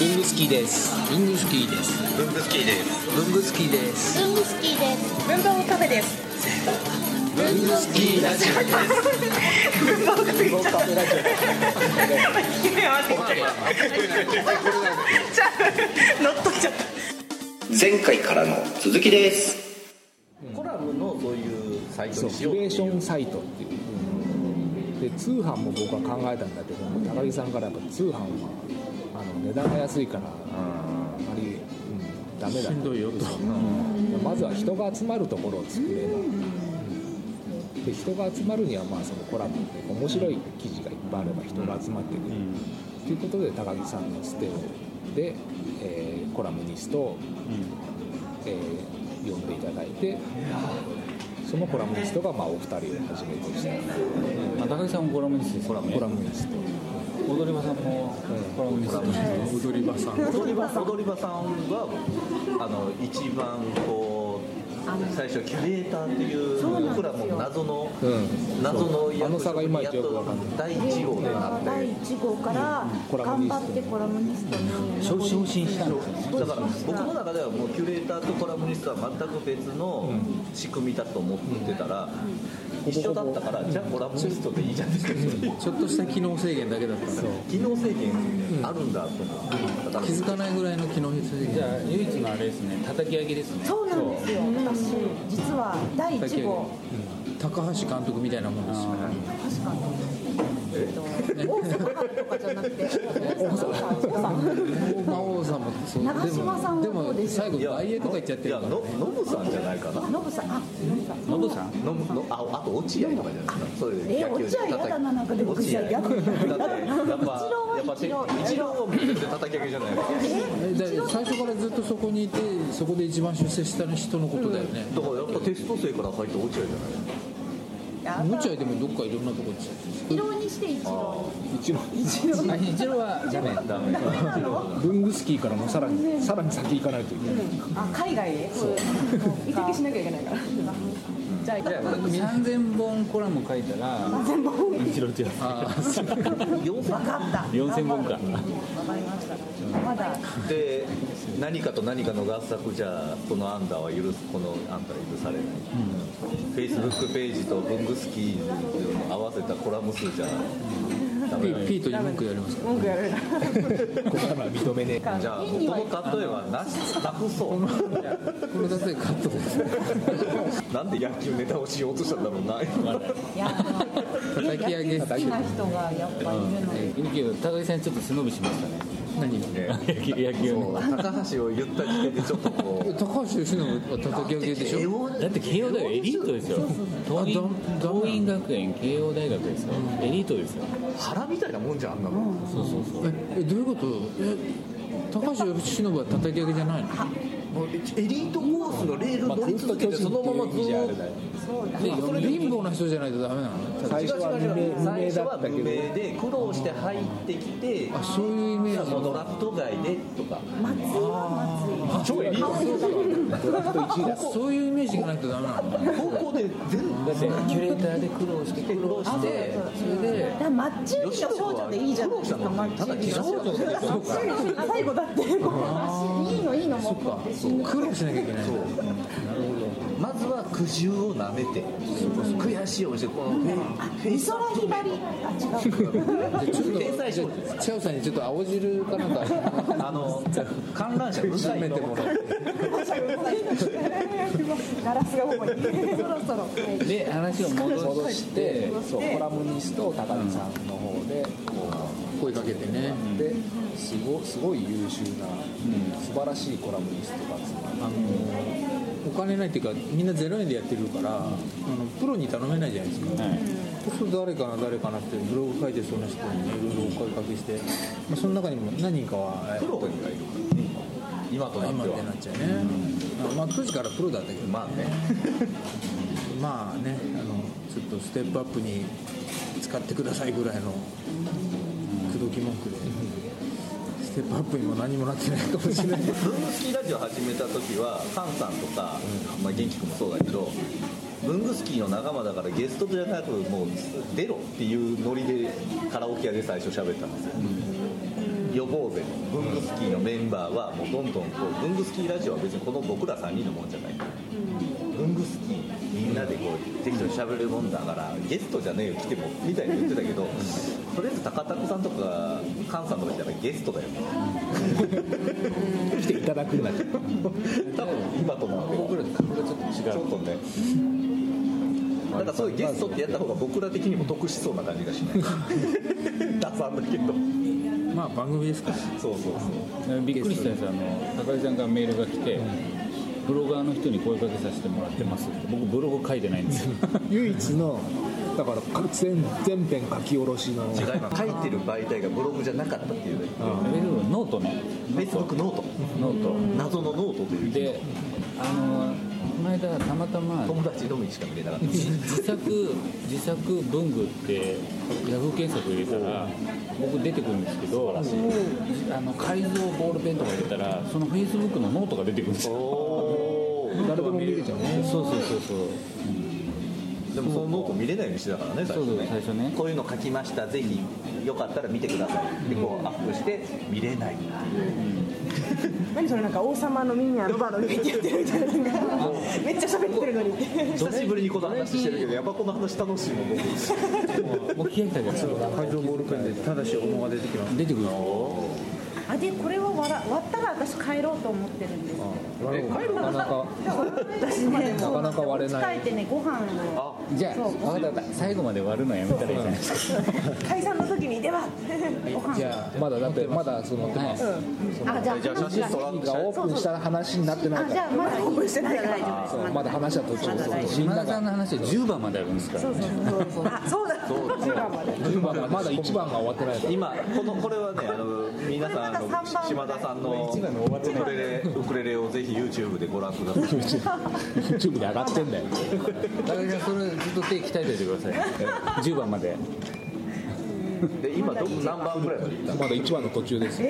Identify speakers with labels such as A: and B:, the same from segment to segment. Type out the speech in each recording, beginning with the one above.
A: リングスキーですリングスキーです
B: 文具好きです
A: 文具スキーです
C: 文具スキーです。
D: 文房具カフェです。
A: 文具スキーラジオ
D: 文房具カフェ行っちゃった。じゃあ乗っ取っちゃった。
E: 前回からの続きです
B: コラムのそういうサイト
A: そう
B: にしよ
A: ク
B: う
A: リエーションサイトっていうで通販も僕は考えたんだけど高木さんからやっぱ通販はあの値段が安いからあまり、うん、ダメだしんどいよと、うんまずは人が集まるところを作れば、うんで人が集まるにはまあそのコラムって面白い記事がいっぱいあれば人が集まってくる、ということで高木さんのステオで、えーコラムニストを、えー呼んでいただいてそのコラムニストがまあお二人をはじめとした
F: あ高木さんもコラムニストですコラム
A: コラムニスト
F: 踊り場さんもコラムニストです踊り場さん
B: 踊り場さん踊り場さんはあの一番こう最初キャリエーターっていう僕らも謎の、
A: うん
B: 謎の
A: そうあの差がいまいちよくわかんない
B: 第1号になって
C: 第一号から
A: コラムニ
C: 頑
A: スト
C: 張ってコラムニストに
F: 昇昇進したんですよね
B: だから僕の中ではもうキュレーターとコラムニストは全く別の仕組みだと思ってたら、一緒だったから、じゃあコラムニストでいいじゃんっていう
F: ちょっとした機能制限だけだったから
B: 機能制限あるんだと思って、だから
F: 気づかないぐらいの機能制限じゃあ唯一のあれですね叩き上げですね
C: そうなんですよ私実は第一号
F: 高橋監督みたいなもんですよ
C: 確かにえっと大阪とかじゃなくて大阪大阪
F: 魔王さんもそう
C: 長嶋さんは
F: でも
C: そ
F: で
C: う
F: も
C: ですよ
F: 最後バイエとか言っちゃってるか
B: い
F: ら
B: やのノブさんじゃないかな
C: ノブさんあノブさん
F: ノブさん
B: ののああと落合とかじゃないですかそれで
C: え
B: 野球で
C: 落合やだななんかでも
B: 落合
C: やだ
B: だってやっぱやっぱ
C: 一郎は一郎
B: 一郎はもう全然叩き上げじゃないですか
F: えだ最初からずっとそこにいてそこで一番出世した人のことだよね
B: だからやっぱテスト生から入って落合じゃない
F: 落合でもどっかいろんなとこに
C: 一郎にして一郎
A: 一応
F: あ一郎はダメダメ
C: なの
A: 文具スキーからもさらにさらに先行かないといけない
D: あ海外へ移籍しなきゃいけないから。じゃあ行こう
F: 3000本コラム書いたら
C: 分かった4000本か分かりましたまだ
B: で何かと何かの合作じゃこのアンダーは許すこのアンダーは許されない、フェイスブックページと文具スキーの合わせたコラム数じゃダメだね
F: P と文句やりますか
D: 文句やるな。
A: ここからは認めねえ
B: じゃあこの例えばなしなくそう
F: らこれだけカットです
B: なんで野球ネタをしようとしたんだろうない
C: や
F: 叩き上げ
C: 好きな人がやっぱいるので
G: けど高木さんちょっと背伸びしましたね
F: 何が
G: 野 球野球ね
B: 高橋を言った時点でちょっとこう
F: 高橋由伸は叩き上げでしょ
G: だって慶応大学エリートですよ桐
F: あ
G: 蔭
F: だ
G: 桐蔭学園慶応大学ですよエリートですよ
B: 腹みたいなもんじゃんあんなの
G: そうそうそう
F: ええどういうことえ高橋由伸は叩き上げじゃないの
B: もうエリートコースのレール乗り続けてそのままずーっと
F: で貧乏な人じゃないとダメなの
A: 最初は無名無
B: 最
A: 名
B: 初
A: だ
B: は
A: った
B: 無名
A: けど
B: で苦労して入ってきて
F: あそういうイメージ
B: もうドラフト外でとか
C: 松井は松井
B: 超エリ
A: ドラフト1位だ
F: そういうイメージがないとダメなの
B: 高校で全
G: だってキュレーターで苦労して苦労してそれで
C: だからマッチ売り
B: 吉
C: の
B: 野
C: 少女でいいじゃないですかマッチ売りの少女最後だっていいのいいのもう
F: 苦労しなきゃいけない
B: まずは苦渋をなめて悔しい思いしてこのフェイ
C: 美
B: ス
C: 空ひばりあ違う
F: でちょっと
B: 天才少女
F: じゃあチャオさんにちょっと青汁かなんか
B: あの観覧車うるさい
F: め
B: の
F: てもらって
D: ガラスが重い。
C: そろそろ
G: で話を戻して
A: そうコラムニスト高木さんの方でこ
F: 声かけてね
A: うですごすごい優秀な素晴らしいコラムニストが集まる
F: あのお金ないっていうかみんな0円でやってるからあのプロに頼めないじゃないですか、そうすると誰かな誰かなってブログ書いてそうな人にねいろいろお声かけして、まあ、その中にも何人かは
B: プロがいるからね今となって
F: 今ってな
B: は
F: っちゃうね、まあ当時からプロだったけど
B: まあね
F: まあねあのちょっとステップアップに使ってくださいぐらいの口説き文句でステップアップにも何もなってないかもしれない
B: 文具好きラジオ始めた時はカンさんとか、まあ、元気君もそうだけど文具好きの仲間だからゲストじゃなくもう出ろっていうノリでカラオケ屋で最初喋ったんですよ、予防部文具スキーのメンバーはもうどんどんこう文具スキーラジオは別にこの僕ら3人のもんじゃない文具スキーみんなでこう適当に喋るもんだからゲストじゃねえよ来てもみたいに言ってたけどとりあえず高田さんとか菅さんとかじゃないゲストだよね
A: 来ていただくんだけど
B: 多分今と思
F: 僕
B: うけど
F: ら僕らちょっと違う
B: ちょっとねなんかそういうゲストってやった方が僕ら的にも得しそうな感じがしない ダサんだけど
F: まあ番組ですから
B: そうそうそう
H: びっくりしたんですよあの高木さんからメールが来て、ブロガーの人に声かけさせてもらってますって僕ブログ書いてないん ですよ
A: 唯一のだからか全全編書き下ろしの
B: 違います書いてる媒体がブログじゃなかったっていうね
H: えでもノートね
B: フェイスブックノート
H: ノート
B: 謎のノートという
H: であのこの間たまたま
B: 友達のみしか見れなかった
H: 自自作自作文具ってヤフー検索入れたら僕出てくるんですけどあの改造ボールペンとか入れたらそのフェイスブックのノートが出てくるんですよ
A: 誰でも見れちゃうね
H: そうそうそうそう
B: でもそのノート見れないようにしてたからね最初
H: そう
B: ね
H: 最初ね
B: こういうの書きましたぜひよかったら見てくださいでこうアップして見れない
C: 何それなんか王様のミニアロバートって言ってるみたいななんかめっちゃ喋ってるのに
B: 久しぶりにこの話してるけどやっぱこの話楽しいもん僕
H: 僕開いたけど
F: 会場ボールペンでただし重が出てきます
H: 出てくるの
D: あでこれは割ら割ったら私帰ろうと思ってるんです
A: なかなか
D: 私ねな
A: かなか割れない
D: 帰ってねご飯を
H: じゃあ分かった分かった最後まで割るのやめたらいいじゃないですか
C: 解散の時にでは
D: ご飯
A: あまだだってまだその
H: はい
D: あじゃあ話が
A: がオープンした話になってない
D: あ
A: か
D: じ
A: ら
D: ゃあまだオープンしてないから大丈夫です
A: そうまだ話は途中
D: まだ大丈
H: 島田さんの話は10番まであるんですからね
C: あそうだ10番まで
A: まだまだ1番が終わってないから
B: 今このこれはねあの皆さんあ
C: これまだ三
B: の島
C: 番
B: 田さんのウクレレウクレレをぜひ YouTube でご覧ください
A: YouTube で上がってんだよ
H: 高木さんそれずっと手鍛えておいてください10番まで
B: で今ど何番ぐらいまで行っ
A: まだ1番の途中です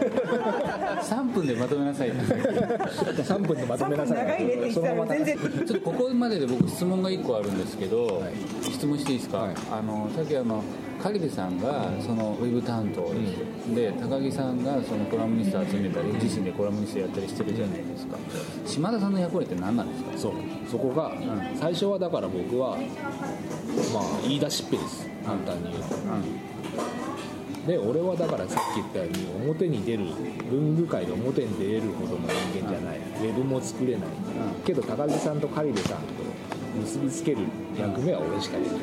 H: 3分でまとめなさい
A: 3分でまとめなさい
C: 長いねって言ってたら全然
H: ちょっとここまでで僕質問が1個あるんですけど、質問していいですか、あのさっきあのカリベさんがそのウェブ担当で,、高木さんがそのコラムニスト集めたり、自身でコラムニストやったりしてるじゃないですか、島田さんの役割って何なんですか
A: そうそこが
H: ん
A: 最初はだから僕はまあ言い出しっぺです簡単に言うとで俺はだからさっき言ったように表に出る文具界で表に出れるほどの人間じゃないウェブも作れないけど高木さんとカリベさんと結びつける役目は俺しかできない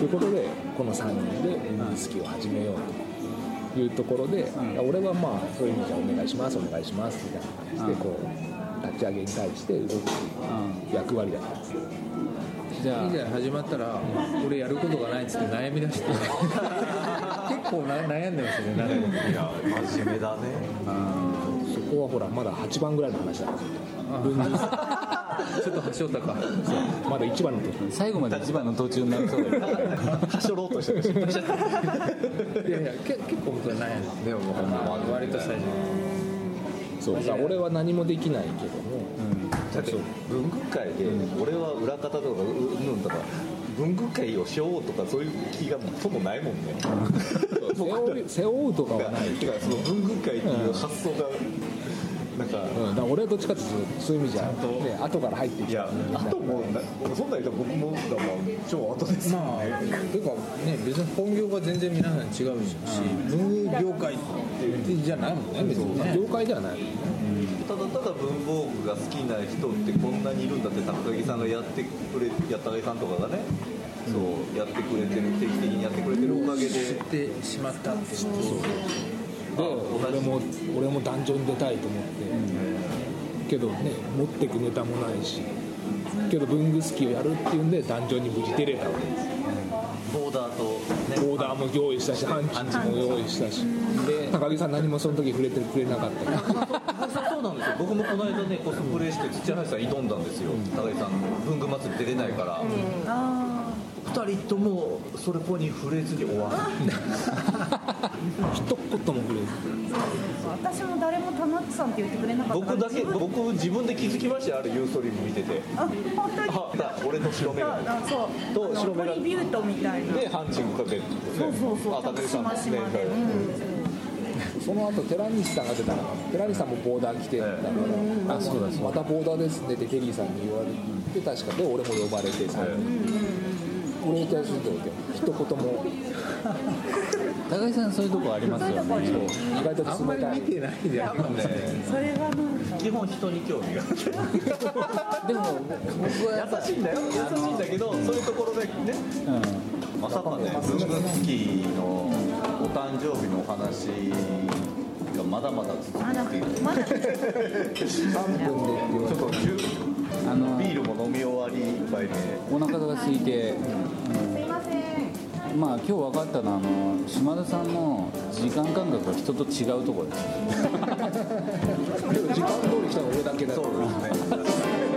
A: ということでこの3人で文具好きを始めようというところで俺はまあそういう意味じゃお願いしますお願いしますみたいな感じでこう立ち上げに対して動く役割だったんですよ
H: じゃあ
F: 以前始まったら俺やることがないっつって悩み 出して結構な悩んでましたねなんか
B: たいや真面目だね
A: そこはほらまだ8番ぐらいの話なんですよ
F: ちょっと端折ったか
A: まだ1番の時
H: 最後まで1番の途中になりそうだよ
B: はしょろうとしてる失敗しちゃった
F: いやいやけ結構本当に悩んででも割と最初
A: そうだから俺は何もできないけども、
B: だって文具界で俺は裏方とかうんぬんとか文具界をしようとかそういう気がともないもん ね
A: 背負う背負うとかはない、
B: てかその文具界っていう発想がなんか
A: うん、だから俺はどっちかっていうとそういう意味じゃ、ね、後から入って
B: い
A: きた
B: やあともうなそんなん言ったら僕もだもん超後です
F: まあていうかね別に本業が全然皆さん違うし文具業界じゃないもんね別にね
A: 業界ではない
B: ただただ文房具が好きな人ってこんなにいるんだって高木さんがやってくれや高木さんとかがねそうやってくれてる定期的にやってくれてるおかげ
F: 知
B: で
F: ってしまったっていう
A: で俺も俺も壇上に出たいと思って、けどね持ってくネタもないしけど文具好きをやるっていうんで壇上に無事出れたわけです
B: ボーダーとね
A: オーダーも用意したしハンチも用意したしで高木さん何もその時触れてくれなかったから
B: そうなんですよ僕もこの間ねコスプレして土屋さん挑んだんですよ高木さん文具祭り出れないから2人ともそれこに触れずに終わる
A: 一言も触れず
D: 私も誰もたまっちさんって言ってくれなかったから
B: 僕だけ
D: 自分
B: 僕自分で気づきましたよあれユーストリーム見てて
D: あ本当に
B: あだ俺の白目 が
D: あそう
B: と
D: あの
B: 白目が
D: トリビュートみたいな
B: でハンチングかけて、ね、
D: そうそうそう
B: あ高木さん
D: 島
B: ですね
D: 島で、うん
A: その後寺西さんが出たら寺西さんもボーダー着てたから、あそうだまたボーダーですねってケリーさんに言われて確かで俺も呼ばれてさ、俺に対すると一言も
H: 高木さんそういうとこありますよね
A: 意外と
F: あんま
A: 冷
F: り
A: たい
F: 見てないじゃん
C: それはなんか
B: 基本人に興味があって
H: でも僕はやっぱ
B: 優しいんだよ優しいんだけどそういうところでねまさかね文具スキーのお誕生日のお話がまだまだ続くっていう
D: まだまだ
A: 3分でって言わ
B: ち
A: れ
B: ょっとジュ
H: あの
B: ビールも飲み終わりいっぱいで、
H: お腹が空いて
D: すいません
H: まあ今日分かったのはあの島田さんの時間感覚が人と違うところです
A: てでも時間通り来たの俺だけだ
B: そうですね